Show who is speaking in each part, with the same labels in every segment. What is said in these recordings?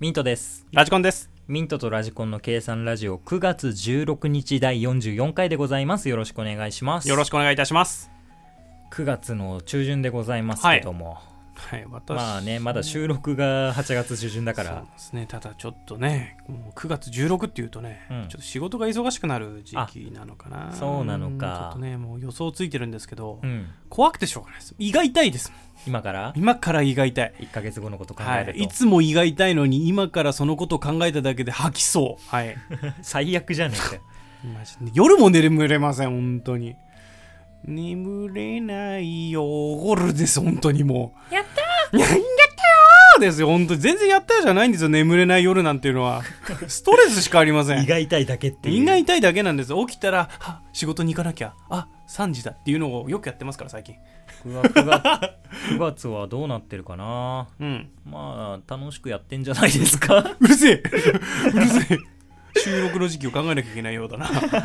Speaker 1: ミントです。
Speaker 2: ラジコンです。
Speaker 1: ミントとラジコンの計算ラジオ9月16日第44回でございます。よろしくお願いします。
Speaker 2: よろしくお願いいたします。
Speaker 1: 9月の中旬でございますけども。
Speaker 2: はい、私。
Speaker 1: まあね、まだ収録が8月中旬だか
Speaker 2: そう
Speaker 1: ら
Speaker 2: で。すね。ただちょっとね、もう9月16っていうとね、
Speaker 1: うん
Speaker 2: ちょっと仕事が忙しくなる時期なのかな。
Speaker 1: そうなのか
Speaker 2: ちょっとね、もう予想ついてるんですけど、
Speaker 1: うん。
Speaker 2: 怖くてしょうがないです。胃が痛いです。
Speaker 1: 今から
Speaker 2: 今から胃が痛い。
Speaker 1: 1ヶ月後のこと考
Speaker 2: は
Speaker 1: えると。
Speaker 2: い、いつも胃が痛いのに今からそのことを考えただけで吐きそう、はい、
Speaker 1: 最悪じゃねえかよ。
Speaker 2: マジで夜も眠れません本当に眠れないよゴールです本当にもう
Speaker 1: やった
Speaker 2: ーやったよーですよ本当に全然やったよじゃないんですよ眠れない夜なんていうのはストレスしかありません
Speaker 1: 胃が痛いだけっていう。
Speaker 2: 胃が痛いだけなんです起きたらは仕事に行かなきゃあ3時だっていうのをよくやってますから最近
Speaker 1: 僕は9月 ,9 月はどうなってるかな
Speaker 2: うん
Speaker 1: まあ、楽しくやってんじゃないですか
Speaker 2: うるせえうるせえ収録の時期を考えなきゃいけないようだなまた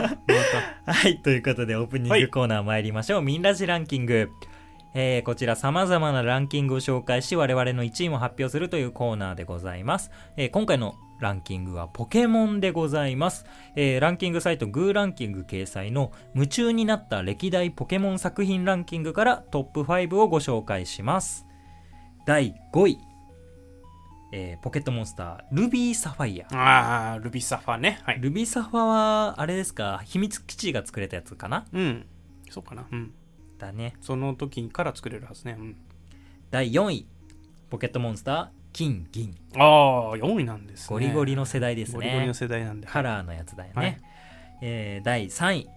Speaker 1: はい、ということでオープニングコーナー参りましょう。ミンラジランキング。えーこちら様々なランキングを紹介し我々の1位も発表するというコーナーでございます。えー今回のランキングはポケモンでございます。えーランキングサイトグーランキング掲載の夢中になった歴代ポケモン作品ランキングからトップ5をご紹介します。第5位、えーポケットモンスタールビーサファイア。
Speaker 2: ああルビサファねはい
Speaker 1: ルビーサファはあれですか秘密基地が作れたやつかな
Speaker 2: うんそうかなうん
Speaker 1: だね。
Speaker 2: その時から作れるはずね、うん、
Speaker 1: 第4位ポケットモンスター金銀
Speaker 2: ああ4位なんですね
Speaker 1: ゴリゴリの世代ですね
Speaker 2: ゴリゴリの世代なんで
Speaker 1: カラーのやつだよね、
Speaker 2: はい
Speaker 1: えー第3位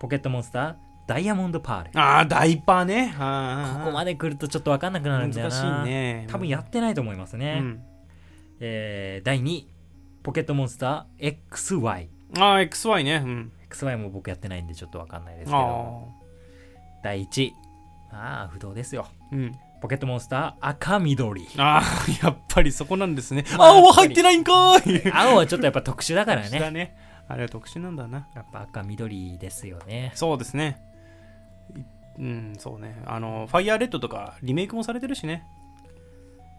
Speaker 1: ポケットモンスターダイヤモンドパール
Speaker 2: ああダイパーねあ
Speaker 1: ここま
Speaker 2: で
Speaker 1: で来るとちょっと分かんなくなるんだよ
Speaker 2: 難
Speaker 1: な
Speaker 2: しいね
Speaker 1: 多分やってないと思いますね、
Speaker 2: うん
Speaker 1: えー第2位ポケットモンスター XY
Speaker 2: ああ XY ねうん
Speaker 1: XY も僕やってないんでちょっと分かんないですけ
Speaker 2: あ
Speaker 1: ど第1位ああ不動ですよ
Speaker 2: あうん
Speaker 1: ポケットモンスター赤緑
Speaker 2: ああ やっぱりそこなんですね、
Speaker 1: まあ
Speaker 2: ああ
Speaker 1: や
Speaker 2: は
Speaker 1: っぱり
Speaker 2: 入ってないんかーい
Speaker 1: 青はちょっとやっぱ特殊だから
Speaker 2: 特殊だ
Speaker 1: ね
Speaker 2: ねあれは特殊なんだな
Speaker 1: やっぱ赤緑ですよね
Speaker 2: そうですねいうんそうねあのファイヤーレッドとかリメイクもされてるしね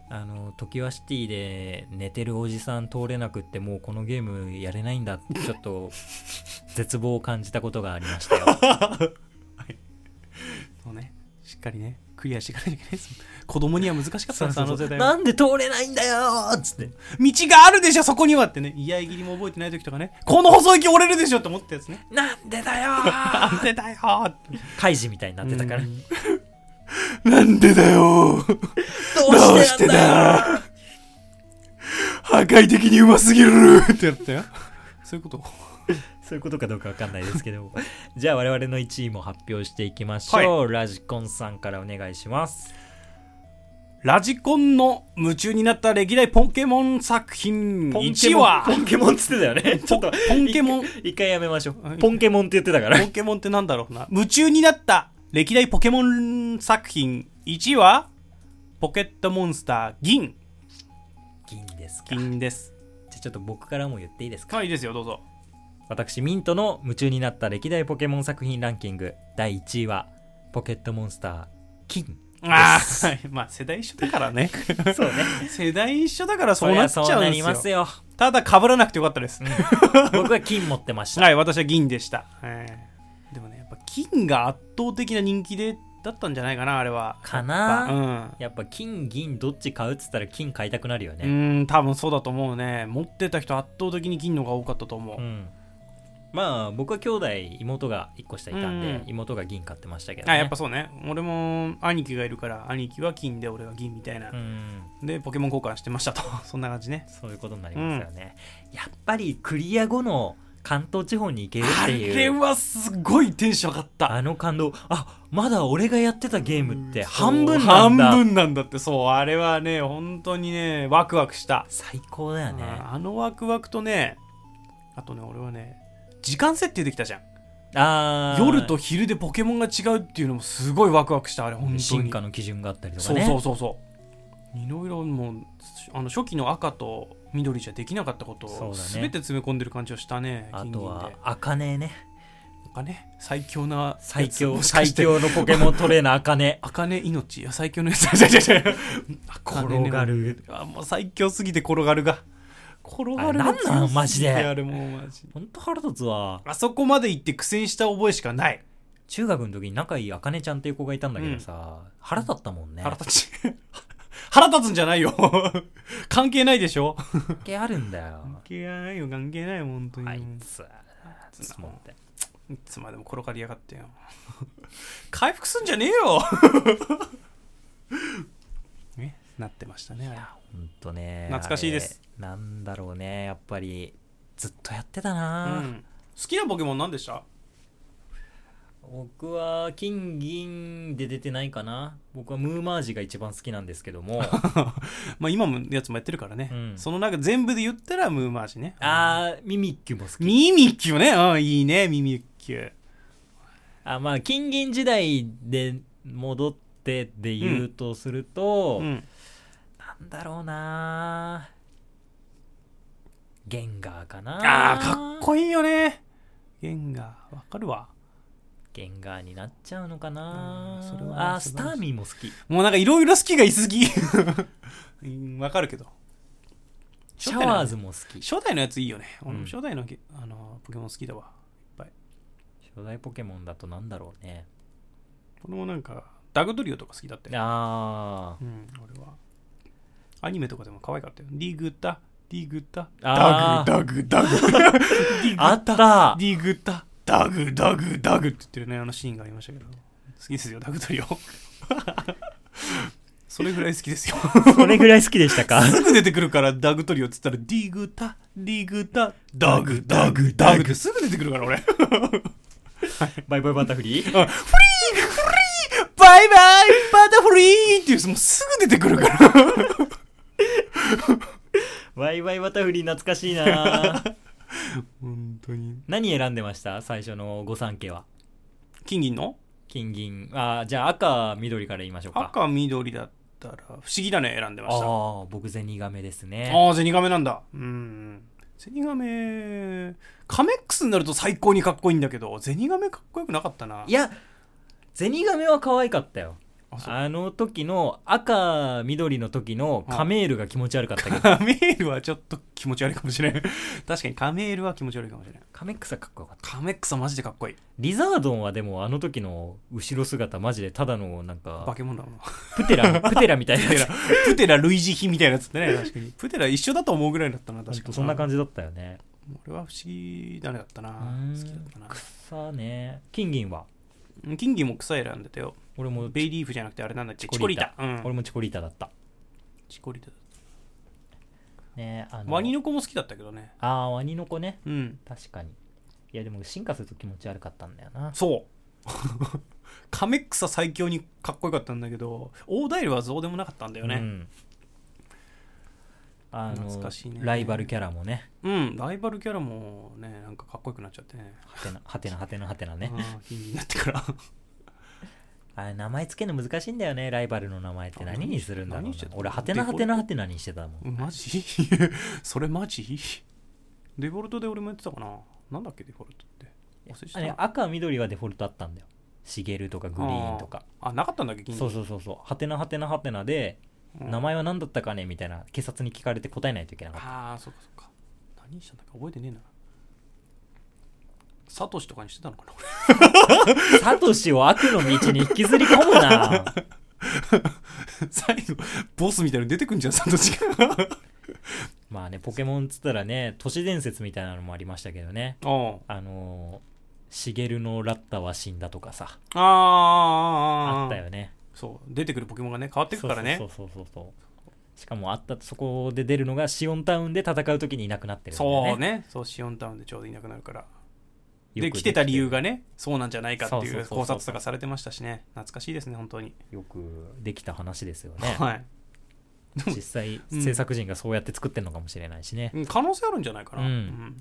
Speaker 1: あの、トキワシティで寝てるおじさん通れなくってもうこのゲームやれないんだってちょっと 絶望を感じたことがありました よ。
Speaker 2: そうねしっかりねクリアしていかなきゃいけないです子供には難しかったんです
Speaker 1: そうそうそう
Speaker 2: あの世代は
Speaker 1: なんで通れないんだよーっつって。
Speaker 2: 道があるでしょそこにはってね居合切りも覚えてない時とかねこの細い木折れるでしょって思ったやつね
Speaker 1: なんでだよー
Speaker 2: なんでだよーって
Speaker 1: カイジみたいになってたから。
Speaker 2: う
Speaker 1: ど
Speaker 2: んなんでだよー
Speaker 1: うしてなんだよ
Speaker 2: 破壊的にうますぎるーってやったよそういうこと
Speaker 1: そういうことかどうかわかんないですけど。じゃあ我々の1位も発表していきましょう。ラジコンさんからお願いします。
Speaker 2: ラジコンの夢中になった歴代ポケモン作品
Speaker 1: ポン
Speaker 2: 1
Speaker 1: ケモン、
Speaker 2: 話
Speaker 1: ポンケモンっつってたよね。ちょっと、
Speaker 2: ポンケモン
Speaker 1: 一回やめましょう。
Speaker 2: い
Speaker 1: ポンケモンって言ってたから
Speaker 2: ポ。ケモンってなんだろうな夢中になった歴代ポケモン作品1はポケットモンスター銀
Speaker 1: 銀ですか。
Speaker 2: 銀です
Speaker 1: じゃあちょっと僕からも言っていいですか
Speaker 2: はいいいですよどうぞ
Speaker 1: 私ミントの夢中になった歴代ポケモン作品ランキング第1位はポケットモンスター金
Speaker 2: ああ、はいまあ世代一緒だから ね。
Speaker 1: そうね
Speaker 2: 世代一緒だからそうなっちゃ
Speaker 1: そりゃそう
Speaker 2: う
Speaker 1: なんり
Speaker 2: で
Speaker 1: ますす
Speaker 2: よ。
Speaker 1: よ
Speaker 2: ただ被らなくてよかったです。
Speaker 1: 僕は金持ってました
Speaker 2: はい、私は銀でした。はいでもね、やっぱ金が圧倒的な人気でだったんじゃないかな、あれは。
Speaker 1: かな
Speaker 2: やっぱ
Speaker 1: やっぱ金銀どっち買うっつったら金買いたくなるよ
Speaker 2: うん。
Speaker 1: ね
Speaker 2: うん、多分そうだと思うね。持ってた人圧倒的に金の方が多かったと思う。
Speaker 1: うん、まあ僕は兄弟妹が1個下いたんで、
Speaker 2: うん
Speaker 1: 妹が銀買ってましたけど、ね、
Speaker 2: あやっぱそうね俺も兄貴がいるから兄貴は金で俺は銀みたいな
Speaker 1: う、ん
Speaker 2: でポケモン交換してましたと そんな感じね
Speaker 1: そういうことになりますよね、やっぱりクリア後の関東地方に行けるっ
Speaker 2: あ
Speaker 1: てい
Speaker 2: れ
Speaker 1: う
Speaker 2: はすごいテンション上がった
Speaker 1: あの感動あまだ俺がやってたゲームって
Speaker 2: そ
Speaker 1: 半
Speaker 2: う
Speaker 1: 分なんだ
Speaker 2: 半分なんだってそうあれはね本当にねワクワクした、
Speaker 1: 最高だよね
Speaker 2: ああのワクワクとねあとね俺はね時間設定できたじゃん
Speaker 1: あー
Speaker 2: 夜と昼でポケモンが違うっていうのもすごいワクワクしたあれ本当に
Speaker 1: 進化の基準があったりとか
Speaker 2: そう
Speaker 1: ね
Speaker 2: そうそうそういろいろもうあの初期の赤と緑じゃできなかったこと
Speaker 1: そう
Speaker 2: を
Speaker 1: だね
Speaker 2: 全て詰め込んでる感じをしたね
Speaker 1: あ
Speaker 2: 金銀
Speaker 1: と
Speaker 2: で
Speaker 1: は茜ね
Speaker 2: かね最強なやつ
Speaker 1: 最強
Speaker 2: もしか
Speaker 1: 最
Speaker 2: して
Speaker 1: 強のポケモントレーナー 茜
Speaker 2: あかね命いや最強のやつ 違う違 う違う
Speaker 1: 転がる
Speaker 2: あもう最強すぎて転がるが転がるが
Speaker 1: あれなんなんマジで
Speaker 2: あれもうマジ
Speaker 1: ほんと腹立つわ
Speaker 2: あそこまで行って苦戦した覚えしかない
Speaker 1: 中学の時に仲いい茜ちゃんっていう子がいたんだけどさ、腹立ったもんね
Speaker 2: 腹立ち 腹立つんじゃないよ 関係ないでしょ
Speaker 1: 関係あるんだよ
Speaker 2: 関係ないよ関係ないよ本当に、
Speaker 1: あい
Speaker 2: い
Speaker 1: つつもって
Speaker 2: つまでも転がりやがってよ 回復すんじゃねえよ ねなってましたねあれ
Speaker 1: ほんとね
Speaker 2: 懐かしいです
Speaker 1: あれなんだろうねやっぱりずっとやってた
Speaker 2: う
Speaker 1: な、
Speaker 2: ん、好きなポケモン何でした
Speaker 1: 僕は金銀で出てないかな僕はムーマージが一番好きなんですけど も
Speaker 2: まあ今もやつもやってるからね、
Speaker 1: うん
Speaker 2: その中全部で言ったらムーマージね
Speaker 1: あーミミッキュも好き
Speaker 2: ミミッキュねうんいいねミミッキュ
Speaker 1: あまあ金銀時代で戻ってで言うとすると、
Speaker 2: うん
Speaker 1: なんだろうなゲンガーかな
Speaker 2: あーかっこ
Speaker 1: いい
Speaker 2: いいよねゲンガーわかるわ
Speaker 1: ゲンガーになっちゃうのかな
Speaker 2: うんそれは
Speaker 1: あース
Speaker 2: 素晴ら
Speaker 1: タ
Speaker 2: しい
Speaker 1: ーミーも好き
Speaker 2: もうなんかいろいろ好きがいすぎうんわかるけど
Speaker 1: シャワーズも好き
Speaker 2: 初代のやついいよね俺
Speaker 1: う
Speaker 2: も
Speaker 1: ん
Speaker 2: 初代のゲ、あのポケモン好きだわいっぱい
Speaker 1: 初代ポケモンだとなんだろうね
Speaker 2: 俺もなんかダグドリオとか好きだったよ
Speaker 1: あー
Speaker 2: うん俺はアニメとかでも可愛かったよディグタディグタ
Speaker 1: あー
Speaker 2: ダグダグダグ ディグ
Speaker 1: あ った
Speaker 2: ディグタダグダグダグって言ってるねあのシーンがありましたけど好きですよダグドリオ それぐらい好きですよ
Speaker 1: それぐらい好きでしたか
Speaker 2: すぐ出てくるからダグトリオっつったらディグタディグタダグダグダグってすぐ出てくるから俺
Speaker 1: バイバイバタフリー
Speaker 2: あフリーフリーバイバイバタフリーっていうもうすぐ出てくるから
Speaker 1: バイバイバタフリー懐かしい な
Speaker 2: 本当に
Speaker 1: 何選んでました最初の御三家は
Speaker 2: 金銀の
Speaker 1: 金銀あーじゃあ赤緑から言いましょうか
Speaker 2: 赤緑だったら不思議だね選んでましたあ
Speaker 1: ああ僕ゼニガメですね
Speaker 2: あゼニガメなんだうんゼニガメカメックスになると最高にかっこいいんだけどゼニガメかっこよくなかったない
Speaker 1: やゼニガメは可愛かったよ
Speaker 2: あそう
Speaker 1: あの時の赤緑の時のカメールが気持ち悪かったけど、
Speaker 2: カメールはちょっと気持ち悪いかもしれない 確かにカメールは気持ち悪いかもしれない
Speaker 1: カメックスはかっこよかった
Speaker 2: カメックスはマジでかっこいい
Speaker 1: リザードンはでもあの時の後ろ姿マジでただのなん
Speaker 2: 化
Speaker 1: か
Speaker 2: け物だもんな
Speaker 1: プテ ラプテラみたいな
Speaker 2: プテ
Speaker 1: や
Speaker 2: ラ
Speaker 1: つ
Speaker 2: プテラ類似品みたいなやつって ね確かにプテラ一緒だと思うぐらいだったな確
Speaker 1: ほ
Speaker 2: か
Speaker 1: んと
Speaker 2: に
Speaker 1: そんな感じだったよね
Speaker 2: 俺は不思議だねだったな好きだったな
Speaker 1: 草ね金銀は
Speaker 2: うん金銀も草選んでたよ
Speaker 1: 俺も
Speaker 2: ベイリーフじゃなくてあれなんだっけ
Speaker 1: チ
Speaker 2: チ
Speaker 1: コ
Speaker 2: コ
Speaker 1: リ
Speaker 2: リ
Speaker 1: ータ
Speaker 2: タうん
Speaker 1: 俺もチコリータだった
Speaker 2: チコリタ
Speaker 1: ねあの
Speaker 2: ワニの子も好きだったけどね
Speaker 1: ああワニの子ね
Speaker 2: うん
Speaker 1: 確かにいやでも進化すると気持ち悪かったんだよな
Speaker 2: そう カメックスは最強にかっこよかったんだけど大ダイルはそうでもなかったんだよ
Speaker 1: う
Speaker 2: ね
Speaker 1: んあの
Speaker 2: 懐かしいね
Speaker 1: ライバルキャラもね
Speaker 2: うん、ライバルキャラもねなんかかっこよくなっちゃってね
Speaker 1: はてなはてなはてなはてなね
Speaker 2: あー金銀になってから
Speaker 1: あれ名前つけるの難しいんだよねライバルの名前って何にするんだろうな
Speaker 2: 何してたの
Speaker 1: 俺はてなはてなはてなにしてたもん
Speaker 2: マジ それマジデフォルトで俺もやってたかななんだっけデフォルトって忘れち
Speaker 1: あ
Speaker 2: ゃっ
Speaker 1: れ
Speaker 2: た
Speaker 1: 赤緑はデフォルトあったんだよシゲルとかグリーンとか
Speaker 2: あなかったんだっけ金銀
Speaker 1: そうそうそうそうはてなはてなはてなで
Speaker 2: うん
Speaker 1: 名前は何だったかねみたいな警察に聞かれて答えないといけなかった
Speaker 2: ああそっかそっか何したんだっけ覚えてねえなサトシとかにしてたのかな俺
Speaker 1: サトシを悪の道に引きずり込むな
Speaker 2: 最後ボスみたいなの出てくんじゃんサトシが
Speaker 1: まあねポケモンっつったらね都市伝説みたいなのもありましたけどね
Speaker 2: あ
Speaker 1: あのー、シゲルのラッタは死んだとかさ
Speaker 2: ああ
Speaker 1: あったよね
Speaker 2: そう出てくるポケモンがね変わってくからね
Speaker 1: そうそうそうそうそうしかもあったそこで出るのがシオンタウンで戦う時にいなくなってるんだよね
Speaker 2: そうねそうシオンタウンでちょうどいなくなるから
Speaker 1: よく
Speaker 2: で来てた理由がねそうなんじゃないかって
Speaker 1: そうそうそ
Speaker 2: い
Speaker 1: う
Speaker 2: う
Speaker 1: そう
Speaker 2: 考察とかされてましたしね懐かしいですね本当に、
Speaker 1: よくできた話ですよね
Speaker 2: はい
Speaker 1: 実際
Speaker 2: うん
Speaker 1: 制作陣がそうやって作ってるのかもしれないしね、
Speaker 2: うん可能性あるんじゃないかな、
Speaker 1: うん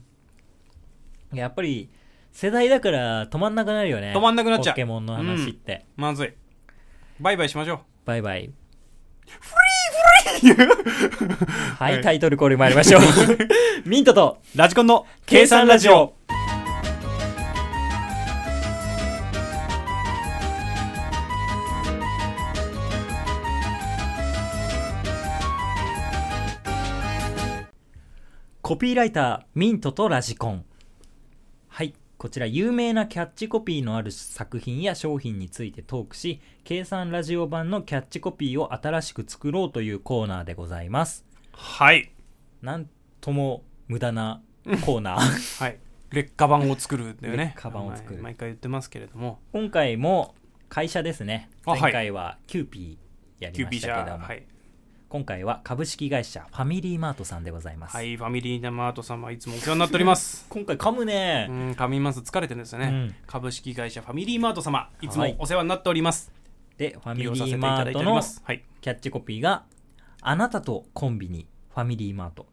Speaker 1: いややっぱり世代だから止まんなくなるよね
Speaker 2: 止まんなくなっちゃう
Speaker 1: ポケモンの話って、
Speaker 2: まずいバイバイしましょう
Speaker 1: バイバイ は
Speaker 2: はい
Speaker 1: い、タイトルコール参りましょう。 ミントと
Speaker 2: ラジコンの
Speaker 1: 計算ラジオ。コピーライター、ミントとラジコン。はい。こちら、有名なキャッチコピーのある作品や商品についてトークし、計算ラジオ版のキャッチコピーを新しく作ろうというコーナーでございます。
Speaker 2: はい。
Speaker 1: なんとも無駄なコーナー。
Speaker 2: はい。劣化版を作るんだよね。
Speaker 1: 劣化版を作る
Speaker 2: はい毎回言ってますけれども。
Speaker 1: 今回も会社ですね。
Speaker 2: あはい
Speaker 1: 前回はキューピーや
Speaker 2: キ
Speaker 1: り
Speaker 2: ュー
Speaker 1: ま
Speaker 2: ピー
Speaker 1: し
Speaker 2: じ
Speaker 1: たけ
Speaker 2: ゃ
Speaker 1: ども、
Speaker 2: はい。
Speaker 1: 今回は株式会社ファミリーマートさんでございます。
Speaker 2: はい。ファミリーナマート様、いつもお世話になっております。
Speaker 1: 今回噛むね
Speaker 2: う。ん、噛みます。疲れてるんですよね。
Speaker 1: うん
Speaker 2: 株式会社ファミリーマート様、いつ
Speaker 1: は
Speaker 2: も
Speaker 1: い
Speaker 2: お世話になっております。
Speaker 1: で、ファミ
Speaker 2: 利
Speaker 1: リ
Speaker 2: 用させて
Speaker 1: ー
Speaker 2: い
Speaker 1: マ
Speaker 2: た
Speaker 1: ー
Speaker 2: だいて
Speaker 1: ト
Speaker 2: おりま
Speaker 1: の
Speaker 2: す。はい。
Speaker 1: キャッチコピーが、あなたとコンビニ、ファミリーマート。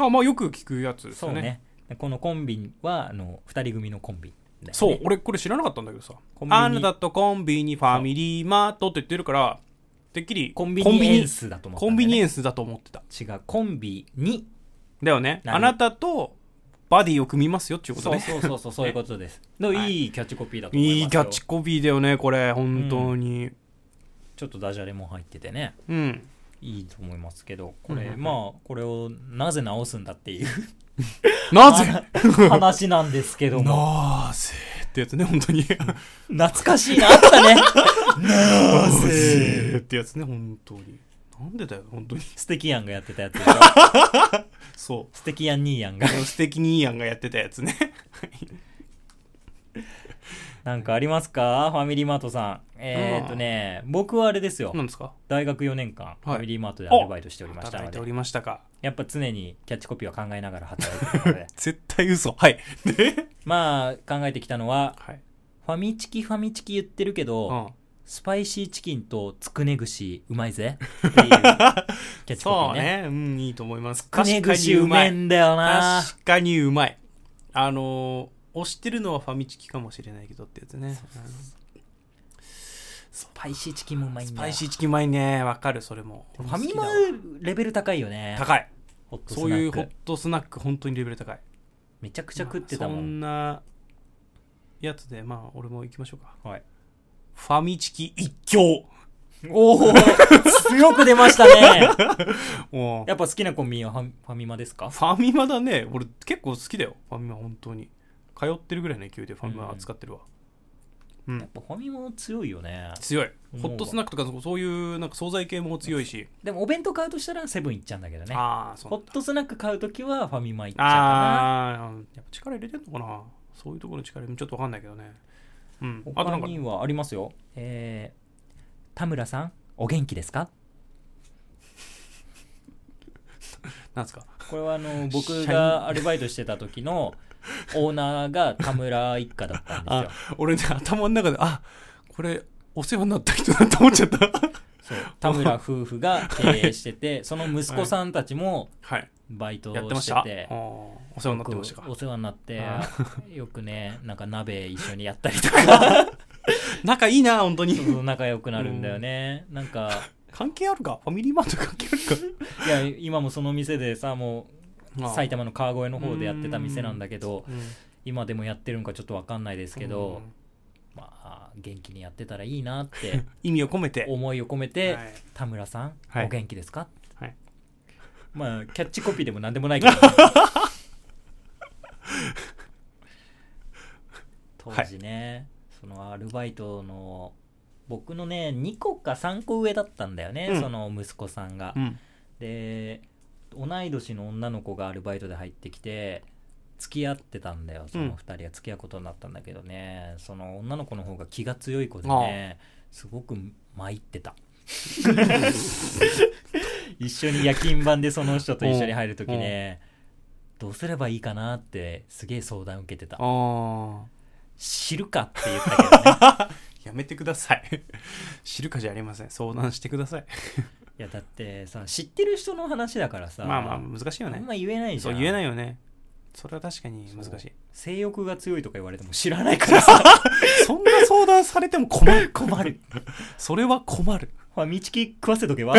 Speaker 2: あ、まあよく聞くやつです
Speaker 1: そ
Speaker 2: よ
Speaker 1: う
Speaker 2: ね。
Speaker 1: ね。このコンビは、あの、二人組のコンビ、
Speaker 2: そう、俺これ知らなかったんだけどさ
Speaker 1: コンビニ
Speaker 2: あなたとコンビニファミリーマートって言ってるからてっきり
Speaker 1: コンビニエンスだと思った
Speaker 2: コ
Speaker 1: んだよね
Speaker 2: ンビニエンスだと思ってた
Speaker 1: 違う、コンビに。
Speaker 2: だよね
Speaker 1: なる
Speaker 2: あなたとバディを組みますよっていうこと
Speaker 1: そう
Speaker 2: ね
Speaker 1: そうそうそう、そういうことです。の、
Speaker 2: はい
Speaker 1: いいキャッチコピーだと思いますよ。
Speaker 2: いいキャッチコピーだよねこれ本当に
Speaker 1: ちょっとダジャレも入っててね。
Speaker 2: うん、
Speaker 1: いいと思いますけど、こ
Speaker 2: うん
Speaker 1: れ、
Speaker 2: うんうん
Speaker 1: まあ、これをなぜ直すんだっていう
Speaker 2: なぜ
Speaker 1: 話なんですけども。
Speaker 2: なぜってやつね本当に
Speaker 1: 懐かしいな、あったね。
Speaker 2: なぜってやつね本当になんでだよ本当に
Speaker 1: 素敵やんがやってたやつでしょ。
Speaker 2: そ
Speaker 1: 素敵やん兄やん
Speaker 2: う
Speaker 1: が。
Speaker 2: 素敵にいい案がやってたや つね
Speaker 1: なんかありますかファミリーマートさん。えー、っとね、僕はあれですよ。
Speaker 2: 何ですか
Speaker 1: 大学4年間、フ
Speaker 2: はい
Speaker 1: ァミリーマートでアルバイトしておりました
Speaker 2: 働い
Speaker 1: の
Speaker 2: て
Speaker 1: で
Speaker 2: お、りましたか、
Speaker 1: やっぱ常にキャッチコピーは考えながら働いてたので
Speaker 2: 絶対嘘はいで、
Speaker 1: まあ考えてきたのは、
Speaker 2: はい
Speaker 1: ファミチキファミチキ言ってるけど、
Speaker 2: うん、
Speaker 1: スパイシーチキンとつくね串うまいぜっていうキャッチコピ
Speaker 2: そ
Speaker 1: ー
Speaker 2: う
Speaker 1: ね。
Speaker 2: ね。うん、いいと思います。
Speaker 1: つくね串うめえ
Speaker 2: い。
Speaker 1: んだよな。
Speaker 2: 確かにうまい。あのー、押してるのはファミチキかもしれないけどってやつね。
Speaker 1: スパイシーチキンもうまい
Speaker 2: ス
Speaker 1: んだ
Speaker 2: パ
Speaker 1: よ
Speaker 2: イ。シーチキンうまいね。わかる、それも。
Speaker 1: ファミマレベル高いよね。
Speaker 2: 高い。
Speaker 1: ホットスナ
Speaker 2: そうい
Speaker 1: ッ
Speaker 2: うホ
Speaker 1: ク
Speaker 2: ッ。トスナック、本当にレベル高い。
Speaker 1: めちゃくちゃ食ってたも
Speaker 2: そ
Speaker 1: ん。
Speaker 2: んなやつで、まあ、俺も行きましょうか。
Speaker 1: はい。
Speaker 2: ファミチキ一強。
Speaker 1: おお強く出ました ね。
Speaker 2: おー
Speaker 1: やっぱ好きなコンビニはファファミマですか
Speaker 2: ファミマだね。俺結構好きだよ。ファミマ、本当に。通ってるぐらいの勢いでファミマ扱ってるわ。うん
Speaker 1: やっぱファミマ強いよね。
Speaker 2: 強い
Speaker 1: 思う
Speaker 2: ホ
Speaker 1: わ
Speaker 2: ットスナックとかそういうなんか惣菜系も強いし、
Speaker 1: でもお弁当買うとしたらセブン行っちゃうんだけどね。
Speaker 2: ああそう
Speaker 1: ホットスナック買うときはファミマ行っちゃうか
Speaker 2: ああやっぱ力入れてんのかなそういうところの力入れちょっとわかんないけどねうん
Speaker 1: な。
Speaker 2: あとなん
Speaker 1: 他
Speaker 2: か
Speaker 1: にはありますよ。えー、田村さん、お元気ですか
Speaker 2: なんですか
Speaker 1: これはあ の、僕
Speaker 2: 社員
Speaker 1: がアルバイトしてた時のオーナーが田村一家だったんで
Speaker 2: あ俺ね頭の中であこれお世話になった人だと思っちゃった
Speaker 1: すよ。そう。田村夫婦が経営してて、その息子さんたちも
Speaker 2: はい
Speaker 1: バイトを
Speaker 2: やってまし
Speaker 1: して
Speaker 2: た
Speaker 1: て
Speaker 2: あー、お世話になってました
Speaker 1: 僕お
Speaker 2: か
Speaker 1: 世話になって
Speaker 2: あ、
Speaker 1: よくね、なんか鍋一緒にやったりと か、
Speaker 2: 仲い いな本当
Speaker 1: そうそ
Speaker 2: に
Speaker 1: う仲良くなるんだよね。なんか、
Speaker 2: 関係あるかファミリーマート関係あるか
Speaker 1: いや今もその店でさもう
Speaker 2: あ ー
Speaker 1: 埼玉の川越の方でやってた店なんだけど
Speaker 2: うん
Speaker 1: 今でもやってるんかちょっとわかんないですけ
Speaker 2: う
Speaker 1: ど
Speaker 2: ん
Speaker 1: まあ元気にやってたらいいなって
Speaker 2: 意味を込めて
Speaker 1: 思いを込めて
Speaker 2: はい
Speaker 1: 「田村さん
Speaker 2: はい
Speaker 1: お元気ですか?
Speaker 2: はい」
Speaker 1: まあキャッチコピーでも何でもない けど当時ねそのアルバイトの僕のね2個か3個上だったんだよ
Speaker 2: う
Speaker 1: ね
Speaker 2: ん
Speaker 1: その息子さんが
Speaker 2: うん
Speaker 1: で同い年の女の子がアルバイトで入ってきて付き合ってたんだよその2人が付き合うことになったんだけどね、その女の子の方が気が強い子でねすごく参ってた一緒に夜勤番でその人と一緒に入る時ねどうすればいいかなってすげえ相談受けてた
Speaker 2: ああ
Speaker 1: 知るかって言ったけ どね
Speaker 2: やめてください。 知るかじゃありません。相談してください。
Speaker 1: いやだってさ知ってる人の話だからさ
Speaker 2: まあまあ、難しいよ
Speaker 1: あ
Speaker 2: ね
Speaker 1: ん。ま言えないじ
Speaker 2: そ
Speaker 1: ゃ
Speaker 2: うん言えないよね。それは確かに難しい。
Speaker 1: 性欲が強いとか言われても知らないからさ
Speaker 2: そんな相談されても困る。
Speaker 1: 困る
Speaker 2: それは困る。
Speaker 1: ファミチキ食わせと けば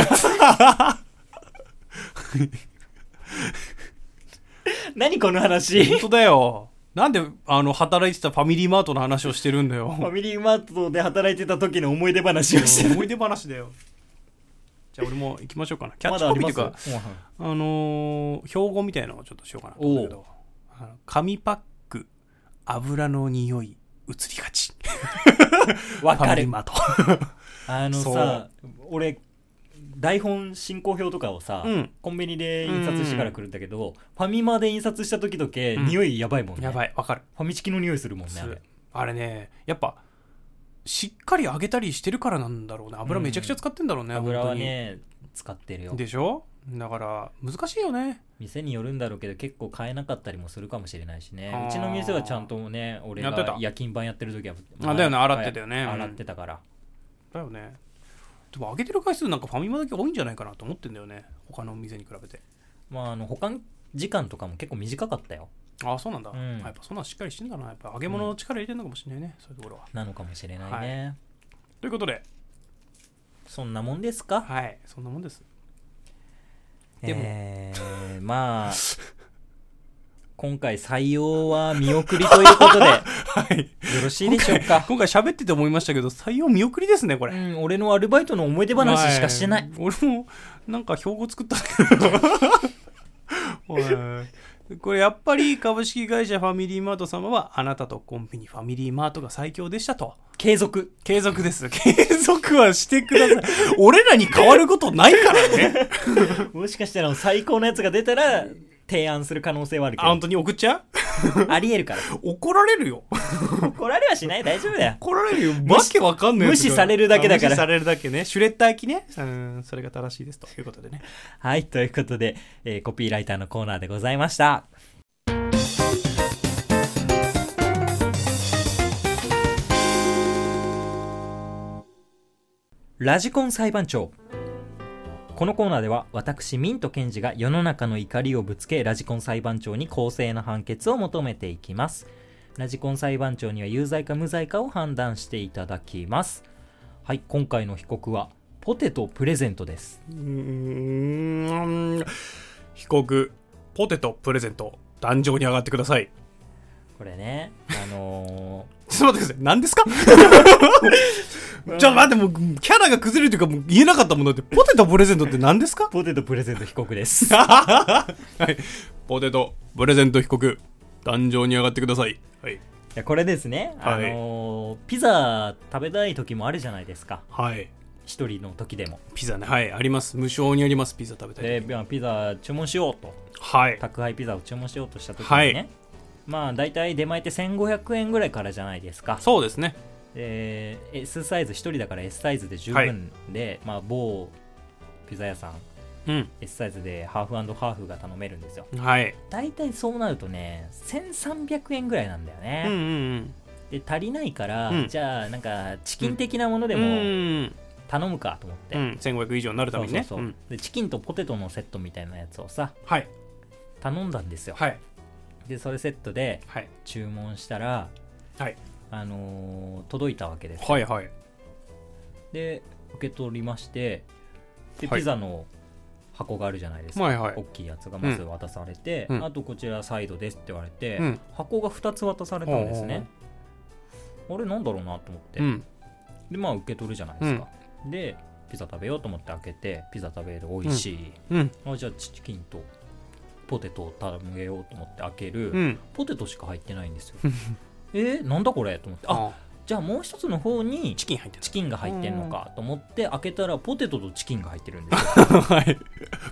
Speaker 1: 何この話
Speaker 2: 本
Speaker 1: フ
Speaker 2: 当だよ。なんで、あの、働いてたファミリーマートの話をしてるん だ
Speaker 1: ァ
Speaker 2: よ。
Speaker 1: ミリーマートで働いてた時の思い出話をしてる
Speaker 2: 思い出話だよ。じゃあ俺も行きましょうかな。キャッ
Speaker 1: ま
Speaker 2: チ
Speaker 1: だあ
Speaker 2: コ
Speaker 1: り
Speaker 2: ピー
Speaker 1: ま
Speaker 2: と
Speaker 1: す
Speaker 2: いうか、あのー標語みたいなのをちょっとしようかなと思うんだけどあの紙パック油の匂い移りがち
Speaker 1: わ
Speaker 2: ファ
Speaker 1: か
Speaker 2: ミリ
Speaker 1: る
Speaker 2: マと
Speaker 1: あのさ俺台本進行表とかをさ、
Speaker 2: うん
Speaker 1: コンビニで印刷してから来るんだけど、ファミマで印刷した時だけ、
Speaker 2: うん
Speaker 1: 匂い やばいもんね
Speaker 2: やばいわかる
Speaker 1: ファミチキの匂いするもんねあれ
Speaker 2: あれねやっぱしっかり揚げたりしてるからなんだろうね油めちゃくちゃ使ってんだろうね、
Speaker 1: 油は
Speaker 2: 本当に
Speaker 1: ね使ってるよ
Speaker 2: でしょだから難しいよね
Speaker 1: 店によるんだろうけど結構買えなかったりもするかもしれないし
Speaker 2: あ
Speaker 1: ね
Speaker 2: ー
Speaker 1: うちの店はちゃんとね俺
Speaker 2: やって
Speaker 1: が
Speaker 2: た
Speaker 1: 夜勤版やってる時は
Speaker 2: あだよね洗ってたよね
Speaker 1: はい
Speaker 2: うん
Speaker 1: 洗ってたから
Speaker 2: だよねでも揚げてる回数なんかファミマだけ多いんじゃないかなと思ってんだよね他のお店に比べて
Speaker 1: まああの保管時間とかも結構短かったよ
Speaker 2: ああそうなんだ、
Speaker 1: うん
Speaker 2: やっぱそんなんしっかりしてんだなやっぱ揚げ物の力入れてんのかもしれないね、そういうところは
Speaker 1: なのかもしれないね、
Speaker 2: ということで
Speaker 1: そんなもんですか
Speaker 2: はいそんなもんですでも
Speaker 1: えー、まあ今回採用は見送りということでよ
Speaker 2: はい
Speaker 1: ろしい
Speaker 2: 今
Speaker 1: でしょう
Speaker 2: 回
Speaker 1: か
Speaker 2: 今回喋ってて思いましたけど採用見送りですねこ
Speaker 1: う
Speaker 2: れ
Speaker 1: ん、俺のアルバイトの思い出話しかしてない、
Speaker 2: お俺もなんか標語作った んだけどはいこれやっぱり株式会社ファミリーマート様はあなたとコンビニファミリーマートが最強でしたと
Speaker 1: 継続
Speaker 2: 継続です継続はしてください俺らに変わることないから ね
Speaker 1: もしかしたら最高のやつが出たら提案する可能性はあるけ
Speaker 2: あ本
Speaker 1: ど
Speaker 2: 当に送っちゃ
Speaker 1: ありえるから
Speaker 2: う怒られるよ
Speaker 1: 怒られはしない大丈夫だよ
Speaker 2: 怒ら れるよわけわかんないやつが
Speaker 1: 無視されるだけだから
Speaker 2: 無視されるだけねシュレッダー機ねうんそれが正しいですということでね
Speaker 1: はいということで、えーコピーライターのコーナーでございましたラジコン裁判長このコーナーでは私ミント検事が世の中の怒りをぶつけラジコン裁判長に公正な判決を求めていきますラジコン裁判長には有罪か無罪かを判断していただきますはい今回の被告はポテトプレゼントです
Speaker 2: うーん被告ポテトプレゼント壇上に上がってください
Speaker 1: これね、あの
Speaker 2: ちょっと待ってください何ですか ちょっと待ってもうキャラが崩れるというかもう言えなかったものだってポテトプレゼントって何ですか
Speaker 1: ー 、ポテトプレゼント被告 です。
Speaker 2: はいポテトプレゼント被告壇上に上がってくださいはい
Speaker 1: いやこれですね、あ
Speaker 2: はい
Speaker 1: のーピザ食べたい時もあるじゃないですか。
Speaker 2: はい
Speaker 1: 一人の時でも。
Speaker 2: ピザねはいあります無償にありますピザ食べたい
Speaker 1: で、まあピザ注文しようと。
Speaker 2: はい
Speaker 1: 宅配ピザを注文しようとした時にね。
Speaker 2: はい
Speaker 1: まあ大体出前って1500円ぐらいからじゃないですか。
Speaker 2: そうですね
Speaker 1: で、S サイズ、一人だから S サイズで十
Speaker 2: はい
Speaker 1: 分で、まあ某ピザ屋さん、
Speaker 2: うん
Speaker 1: S サイズでハーフハーフが頼めるんですよ。
Speaker 2: はい
Speaker 1: 大体そうなるとね、1300円ぐらいなんだよね。
Speaker 2: うんうん
Speaker 1: で足りないから、
Speaker 2: うん
Speaker 1: じゃあなんかチキン的なもので
Speaker 2: で
Speaker 1: も頼むかと思って、
Speaker 2: うん、1500以上になるた
Speaker 1: そう
Speaker 2: めに
Speaker 1: そうそ
Speaker 2: ね
Speaker 1: う、
Speaker 2: うん
Speaker 1: でチキンとポテトのセットみたいなやつをさ
Speaker 2: はい
Speaker 1: 頼んだんですよ、
Speaker 2: はい
Speaker 1: でそれセットで
Speaker 2: はい
Speaker 1: 注文したら、
Speaker 2: はい
Speaker 1: あのー届いたわけです
Speaker 2: はいはい
Speaker 1: で受け取りましてで
Speaker 2: はい
Speaker 1: ピザの箱があるじゃないですか、
Speaker 2: はいはい
Speaker 1: 大きいやつがまず渡されて、
Speaker 2: うん
Speaker 1: あとこちらサイドですって言われて、
Speaker 2: うん
Speaker 1: 箱が2つ渡されたんですねあれなんだろうなと思って、
Speaker 2: うん
Speaker 1: でまあ受け取るじゃないですか、でピザ食べようと思って開けてピザ食べる美味しい、
Speaker 2: うん
Speaker 1: あじゃあチキンとポテトを食べようと思って開ける、
Speaker 2: うん
Speaker 1: ポテトしか入ってないんです よえー、なんだこれと思ってあじゃあもう一つの方に
Speaker 2: チキン入って
Speaker 1: チキンが入ってんのかと思って開けたらポテトとチキンが入ってるんですよ
Speaker 2: る はい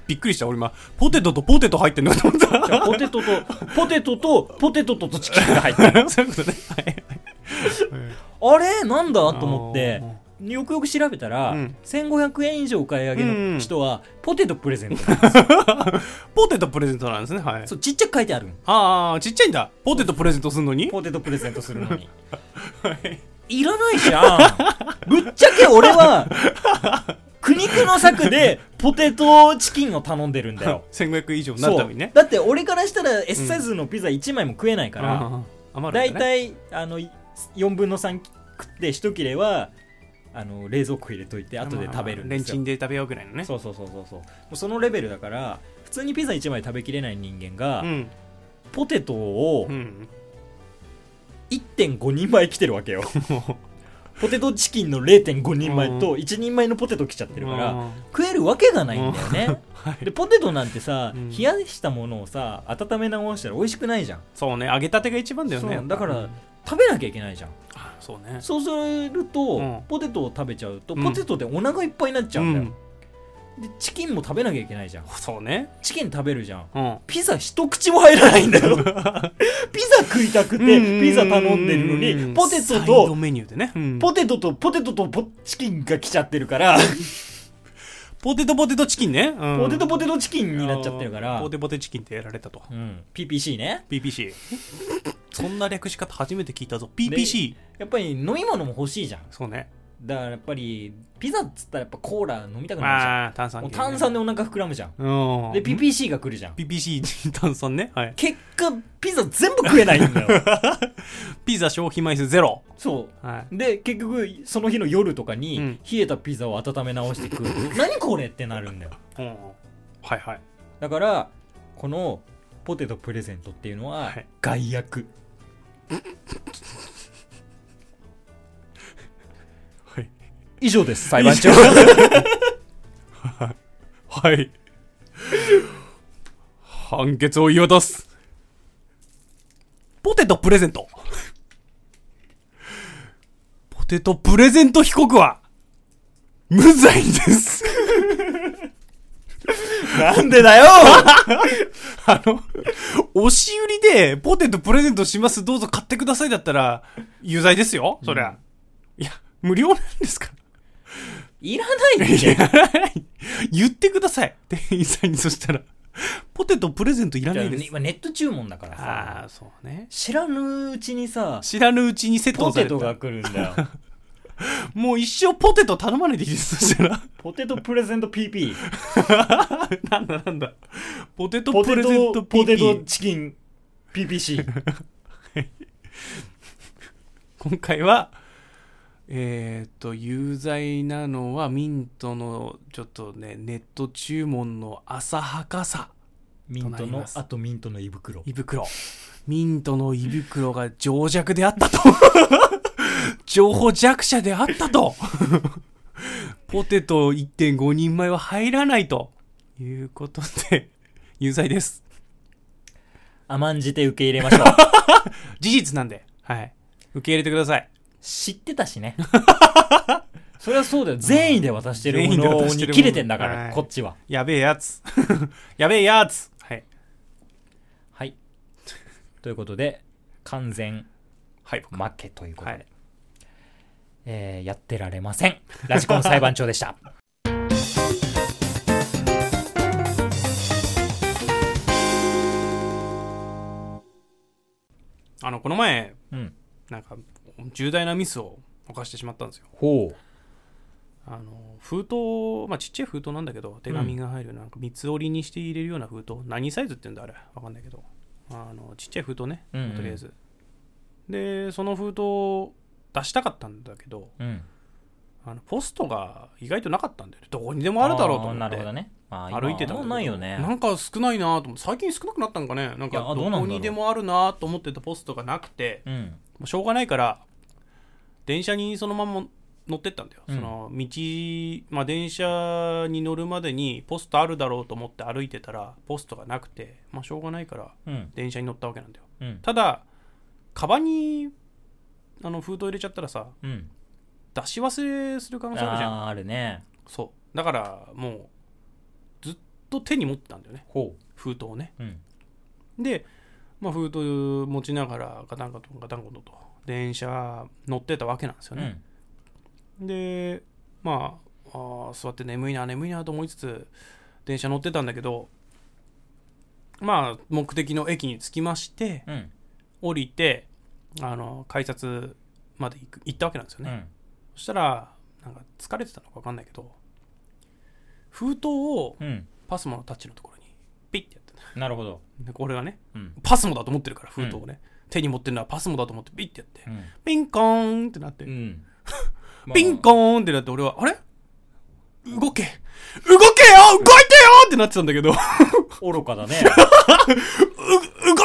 Speaker 2: びっくりした俺今ポテトとポテト入ってんのかと思った
Speaker 1: じゃあポテトとポテトとポテトとチキンが入ってる
Speaker 2: そういうことねはい
Speaker 1: あれなんだ
Speaker 2: あ
Speaker 1: と思ってよくよく調べたら、
Speaker 2: うん
Speaker 1: 1500円以上お買い上げの人はポテトプレゼントなんですよ
Speaker 2: ポテトプレゼントなんですねはい
Speaker 1: そうちっちゃく書いてあるん
Speaker 2: ああちっちゃいんだポテトプレゼントするのに
Speaker 1: ポテトプレゼントするの に、い、らないじゃんぶっちゃけ俺は苦肉の策でポテトチキンを頼んでるんだよ
Speaker 2: 1500以上になる
Speaker 1: そ
Speaker 2: た
Speaker 1: う
Speaker 2: めにね
Speaker 1: だって俺からしたら S サイズのピザ1枚も食えないから、
Speaker 2: あー余
Speaker 1: だ
Speaker 2: る
Speaker 1: い
Speaker 2: んだい
Speaker 1: たいあの4分の3食って1切れはあの冷蔵庫入れといて後で食べるん
Speaker 2: レ
Speaker 1: で
Speaker 2: ン
Speaker 1: す
Speaker 2: チ
Speaker 1: よ
Speaker 2: ンで食べようぐらいのね
Speaker 1: そうそうそうそうそうもうそのレベルだから普通にピザ1枚食べきれない人間が、
Speaker 2: うん
Speaker 1: ポテトを
Speaker 2: うん
Speaker 1: 1.5人前来てるわけよポテトチキンの0.5人前
Speaker 2: う
Speaker 1: と1人前のポテト来ちゃってるから、
Speaker 2: うん
Speaker 1: 食えるわけがないんだよね、
Speaker 2: は い
Speaker 1: でポテトなんてさ、
Speaker 2: うん
Speaker 1: 冷やしたものをさ温め直したら美味しくないじゃん
Speaker 2: そうね揚げたてが一番だよね
Speaker 1: そうだから
Speaker 2: うん
Speaker 1: 食べなきゃいけないじゃん
Speaker 2: そうね
Speaker 1: そうすると、
Speaker 2: うん
Speaker 1: ポテトを食べちゃうと
Speaker 2: うん
Speaker 1: ポテトでお腹いっぱいになっちゃうんだよ、でチキンも食べなきゃいけないじゃん
Speaker 2: うんそうね
Speaker 1: チキン食べるじゃん
Speaker 2: うん
Speaker 1: ピザ一口も入らないんだ よピザ食いたくてピザ頼んでるの
Speaker 2: ううう
Speaker 1: にポテト
Speaker 2: サイド
Speaker 1: と
Speaker 2: メニューでね、うん
Speaker 1: ポテトとポテトとポチキンが来ちゃってるから、
Speaker 2: ポテトポテトチキンね、うん
Speaker 1: ポテトポテトチキンになっちゃってるから
Speaker 2: ポテポテチキンってやられたと
Speaker 1: うん、PPC ね
Speaker 2: PPC そんな略し方初めて聞いたぞ PPC
Speaker 1: やっぱり飲み物も欲しいじゃん
Speaker 2: そうね
Speaker 1: だからやっぱりピザっつったらやっぱコーラ飲みたくなるじゃ
Speaker 2: まあ炭
Speaker 1: ん
Speaker 2: 酸
Speaker 1: もう
Speaker 2: 系ね
Speaker 1: 炭酸でお腹膨らむじゃん
Speaker 2: うん
Speaker 1: で PPC が来るじゃん
Speaker 2: PPC 炭酸ねはい
Speaker 1: 結果ピザ全部食えないんだ よ
Speaker 2: ピザ消費枚数ゼロ
Speaker 1: そ
Speaker 2: は
Speaker 1: うで結局その日の夜とか
Speaker 2: う
Speaker 1: に
Speaker 2: ん
Speaker 1: 冷えたピザを温め直して食う何これってなるんだよ
Speaker 2: い、うん、はいはい
Speaker 1: だからこのポテトプレゼントっていうのは
Speaker 2: はい
Speaker 1: 害悪
Speaker 2: はい
Speaker 1: 以上です裁判長
Speaker 2: はい判決を言い渡すポテトプレゼントポテトプレゼント被告は無罪です
Speaker 1: なんでだよ
Speaker 2: あの、押し売りでポテトプレゼントします、どうぞ買ってくださいだったら、有罪ですよ、そりゃ。いや、無料なんですから。
Speaker 1: いらないっ
Speaker 2: い
Speaker 1: て
Speaker 2: や、言ってください、店員さんにそしたら。ポテトプレゼントいらないです。
Speaker 1: 今ネット注文だからさ
Speaker 2: ああ、そうね。
Speaker 1: 知らぬうちにさ
Speaker 2: 知らぬうちにセット
Speaker 1: ポ
Speaker 2: さ
Speaker 1: テ
Speaker 2: れた
Speaker 1: トが来るんだ よ
Speaker 2: もう一生ポテト頼まないでいいです、 そしたら。
Speaker 1: ポテトプレゼント PP
Speaker 2: なんだなんだ。ポテト
Speaker 1: ポ
Speaker 2: プ
Speaker 1: テ
Speaker 2: レゼ
Speaker 1: ト
Speaker 2: ント
Speaker 1: ポテト
Speaker 2: PP。
Speaker 1: チキン PPC
Speaker 2: 今回は、えーっと、有罪なのはミントの、ちょっとね、ネット注文の浅はかさ。
Speaker 1: ミント
Speaker 2: となり
Speaker 1: の
Speaker 2: ます
Speaker 1: あとミントの胃袋
Speaker 2: 胃袋。ミントの胃袋が情弱であったと。情報弱者であったと。ポテト1.5人前は入らないということで、有罪です。
Speaker 1: 甘んじて受け入れましょう
Speaker 2: 事実なんで、はい。受け入れてください。
Speaker 1: 知ってたし ねそれはそうだよ善意で渡してるも
Speaker 2: 善意で
Speaker 1: の
Speaker 2: 渡して
Speaker 1: に
Speaker 2: るもの
Speaker 1: 切れてんだから、
Speaker 2: はい
Speaker 1: こっちは
Speaker 2: やべえやつ。やべえやつ。はい。
Speaker 1: はいということで完全
Speaker 2: はい、僕。
Speaker 1: 負けということで、
Speaker 2: はい。
Speaker 1: えーやってられませんラジコン裁判長でした
Speaker 2: あの、この前、
Speaker 1: うん
Speaker 2: なんか、重大なミスを犯してしまったんですよ。
Speaker 1: ほう
Speaker 2: あの、封筒、まあ、ちっちゃい封筒なんだけど、手紙が入る、なんか、三つ折りにして入れるような封筒。何サイズって言うんだ、あれ。わかんないけど。あの、ちっちゃい封筒ね。
Speaker 1: うんうん
Speaker 2: とりあえず。で、その封筒を出したかったんだけど、
Speaker 1: うん
Speaker 2: あのポストが意外となかったんだよね。どこにでもあるだろうと思って。
Speaker 1: あーなるほどね。あー
Speaker 2: 歩いてた
Speaker 1: 今
Speaker 2: んだけ
Speaker 1: もう
Speaker 2: ど
Speaker 1: ないよね。
Speaker 2: なんか少ないなと思って最近少なくなったんかねなん
Speaker 1: いや
Speaker 2: か
Speaker 1: どう
Speaker 2: ど
Speaker 1: なんだろう
Speaker 2: こにでもあるなと思ってたポストがなくて
Speaker 1: うん。
Speaker 2: もうしょうがないから電車にそのまま乗ってったんだよ、
Speaker 1: うん
Speaker 2: その道、まあ、電車に乗るまでにポストあるだろうと思って歩いてたらポストがなくて、まあ、しょうがないから
Speaker 1: うん。
Speaker 2: 電車に乗ったわけなんだよ
Speaker 1: うん。
Speaker 2: ただカバンにあの封筒入れちゃったらさ
Speaker 1: うん。
Speaker 2: 出し忘れする可能性あるじゃん
Speaker 1: あーあるね。
Speaker 2: そうだからもうずっと手に持ってたんだよね
Speaker 1: ほ
Speaker 2: 封筒をね
Speaker 1: う。うん。
Speaker 2: で、まあ、封筒持ちながらガタンゴトンガタンゴトンと電車乗ってたわけなんですよ
Speaker 1: う
Speaker 2: ね、
Speaker 1: ん。
Speaker 2: でまああー座って眠いな眠いなと思いつつ電車乗ってたんだけどまあ目的の駅に着きまして
Speaker 1: うん。
Speaker 2: 降りてあの改札まで行く行ったわけなんですよ
Speaker 1: う
Speaker 2: ね、
Speaker 1: ん。
Speaker 2: そしたらなんか疲れてたのか分かんないけど封筒を
Speaker 1: うん。
Speaker 2: パスモのタッチのところにピッてやった
Speaker 1: なるほど。
Speaker 2: で俺がね
Speaker 1: うん。
Speaker 2: パスモだと思ってるから封筒をね、手に持ってるのはパスモだと思ってピッてやって、
Speaker 1: うん
Speaker 2: ピンコーンってなって、
Speaker 1: うん。
Speaker 2: ピン
Speaker 1: ン
Speaker 2: コーンってなって俺はあれ動け動けよ動いてよってなってたんだけど う
Speaker 1: 愚かだ ね。
Speaker 2: 動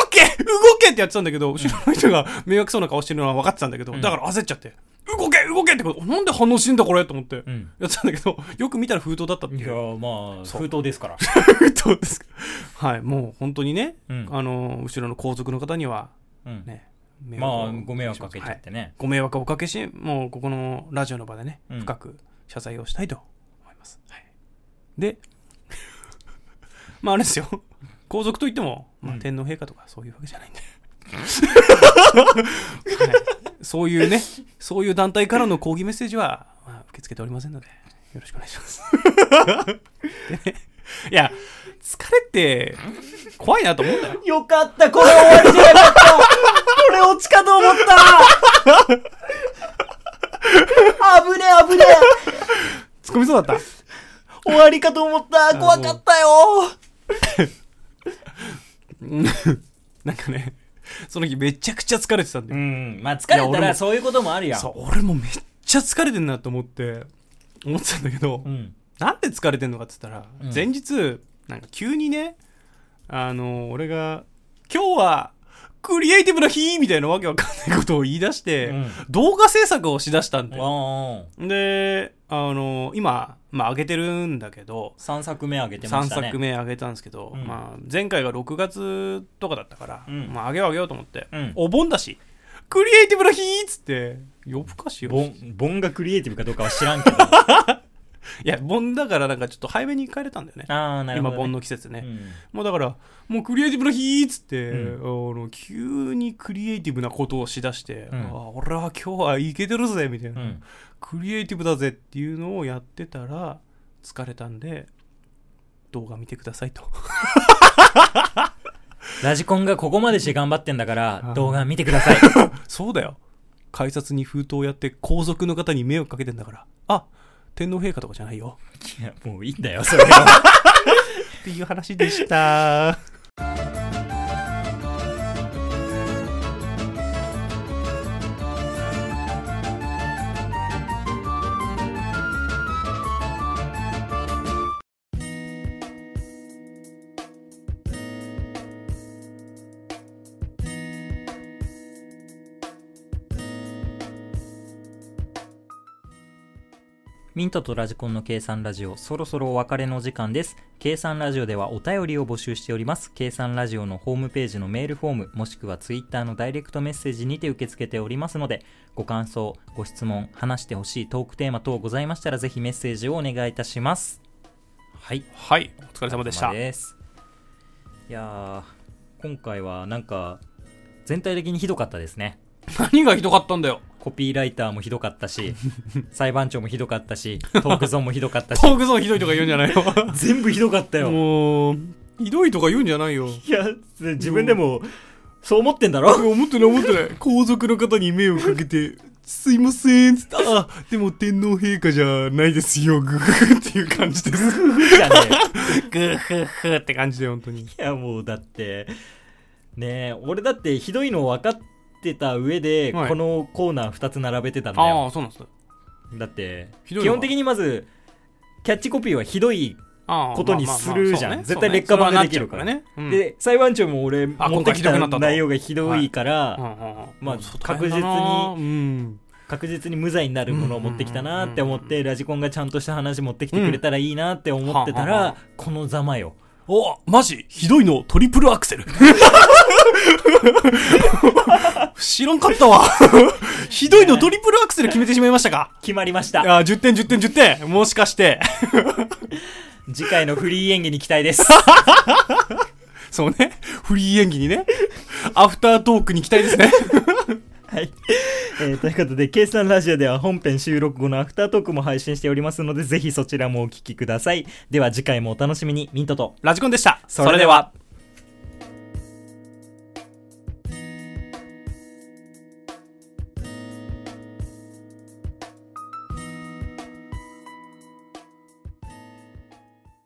Speaker 2: け動けってやってたんだけど後ろの人が迷惑そうな顔してるのは分かってたんだけど、
Speaker 1: うん
Speaker 2: だから焦っちゃって動け動動けってことなんで反応しんだこれと思って
Speaker 1: うん。
Speaker 2: やってたんだけどよく見たら封筒だったって
Speaker 1: い
Speaker 2: い
Speaker 1: や
Speaker 2: う
Speaker 1: まあ、
Speaker 2: そう
Speaker 1: 封筒です から。
Speaker 2: 封筒ですはいもう本当にね、
Speaker 1: うん
Speaker 2: あの後ろの皇族の方には
Speaker 1: うん
Speaker 2: ね迷惑を
Speaker 1: まあ、ご迷惑かけちゃ
Speaker 2: は
Speaker 1: っ
Speaker 2: い
Speaker 1: てね。
Speaker 2: ご迷惑をおかけしもうここのラジオの場でね、
Speaker 1: うん
Speaker 2: 深く謝罪をしたいと思います、はい、でまああれですよ皇族といっても、まあ
Speaker 1: うん
Speaker 2: 天皇陛下とかそういうわけじゃないんで、はい、そういうねそういう団体からの抗議メッセージは、まあ、受け付けておりませんのでよろしくお願いします、でねいや疲れって怖いなと思うんだよ
Speaker 1: よかった、これ終わりじゃなかった。これ落ちかと思った。危ね危ね。
Speaker 2: 突っ込みそうだった
Speaker 1: 終わりかと思った。
Speaker 2: 怖かった
Speaker 1: よ。
Speaker 2: うんなんかね、その日めちゃくちゃ疲れてたんだ
Speaker 1: う
Speaker 2: よ。
Speaker 1: ん。まあ、疲れた
Speaker 2: いや俺
Speaker 1: ら
Speaker 2: も
Speaker 1: そういうこともあるやん。
Speaker 2: そう、俺もめっちゃ疲れてんなと思って、思ってたんだけど、
Speaker 1: うん。
Speaker 2: なんで疲れてんのかって言ったら、
Speaker 1: うん
Speaker 2: 前日、なんか急にね、あの、俺が、今日は、クリエイティブな日みたいなわけわかんないことを言い出して、
Speaker 1: うん
Speaker 2: 動画制作をしだしたんだよ。
Speaker 1: あ
Speaker 2: で、あの、今、まあ上げてるんだけど、
Speaker 1: 3作目あげてま
Speaker 2: 3
Speaker 1: したね。
Speaker 2: 作目上げたんですけど、
Speaker 1: うん
Speaker 2: まあ、前回が6月とかだったから、
Speaker 1: うん
Speaker 2: まあ、上げよう上げようと思って、
Speaker 1: うん
Speaker 2: お盆だしクリエイティブな日っつって夜更かしを
Speaker 1: ボ
Speaker 2: い
Speaker 1: ン、ボンがクリエイティブかどうかは知らん けど。
Speaker 2: や盆だからなんかちょっと早めに帰れたんだよね
Speaker 1: ああ、なるほ
Speaker 2: 今
Speaker 1: ど、ね。
Speaker 2: 盆の季節ね、
Speaker 1: うん
Speaker 2: もうだからもうクリエイティブな日っつって、
Speaker 1: う
Speaker 2: あの急にクリエイティブなことをしだして、
Speaker 1: うん
Speaker 2: ああ俺は今日はいけてるぜみたいな、
Speaker 1: うん。
Speaker 2: クリエイティブだぜっていうのをやってたら疲れたんで動画見てくださいと
Speaker 1: ラジコンがここまでして頑張ってんだから
Speaker 2: あ、
Speaker 1: 動画見てく ださい。
Speaker 2: そうだよ改札に封筒をやって皇族の方に迷惑かけてんだからあ天皇陛下とかじゃないよ
Speaker 1: いや、もういいんだよ、それは。
Speaker 2: っていう話でした。
Speaker 1: ミントとラジコンの計算ラジオ、そろそろお別れの時間です。計算ラジオではお便りを募集しております。計算ラジオのホームページのメールフォーム、もしくはツイッターのダイレクトメッセージにて受け付けておりますので、ご感想、ご質問、話してほしいトークテーマ等ございましたら、ぜひメッセージをお願いいたします。 はい。
Speaker 2: はい、お疲れ様でした。
Speaker 1: ですいやー今回はなんか全体的にひどかったですね
Speaker 2: 何がひどかったんだよ。
Speaker 1: コピーライターもひどかった し裁判長もひどかったしトークゾーンもひどかったし
Speaker 2: トークゾーンひどいとか言うんじゃ ないよ。
Speaker 1: 全部ひどかったよ
Speaker 2: もう、ひどいとか言うんじゃないよ。
Speaker 1: いや自分でもそう思ってんだろ
Speaker 2: 思ってない思ってない。皇族の方に迷惑かけて、すいません、つって、あ、でも天皇陛下じゃないですよ、グフフっていう感じです。
Speaker 1: じゃね
Speaker 2: グフフって感じで、本当に。
Speaker 1: えいやもうだってねえ俺だってひどいの分かってた上で、
Speaker 2: はい
Speaker 1: このコーナー2つ並べてたんだ
Speaker 2: あ
Speaker 1: よ
Speaker 2: あ、そうなんですね
Speaker 1: だって
Speaker 2: ひどい
Speaker 1: 基
Speaker 2: のが
Speaker 1: 本的にまずキャッチコピーはひどい
Speaker 2: ああ
Speaker 1: ことに
Speaker 2: まあまあ
Speaker 1: するじゃん
Speaker 2: そうね
Speaker 1: 絶対劣化版でできるから
Speaker 2: そうねそれはなっちゃうからね。うん、
Speaker 1: で裁判長も俺
Speaker 2: あ
Speaker 1: 持ってき
Speaker 2: 今回ひどくな
Speaker 1: た
Speaker 2: ったと
Speaker 1: 内容がひどいから、
Speaker 2: うんうんうん、
Speaker 1: まあ
Speaker 2: そう大変だな
Speaker 1: 確
Speaker 2: うん。
Speaker 1: 確実に無罪になるものを持ってきたなって思っ
Speaker 2: うんうん
Speaker 1: てラジコンがちゃんとした話持ってきてくれたらいいなって思ってた
Speaker 2: うんはあは
Speaker 1: らこのざまよ
Speaker 2: おマジひどいのトリプルアクセ ル知らんかったわ ひどいのトリプルアクセル決めてしまいましたか
Speaker 1: 決まりま した
Speaker 2: あ10点10点10点もしかして
Speaker 1: 次回のフリー演技に期待です
Speaker 2: そうねフリー演技にねアフタートークに期待ですね
Speaker 1: はい、えーということで「計算ラジオ」では本編収録後のアフタートークも配信しておりますのでぜひそちらもお聞きくださいでは次回もお楽しみにミントと
Speaker 2: ラジコンでした
Speaker 1: それでは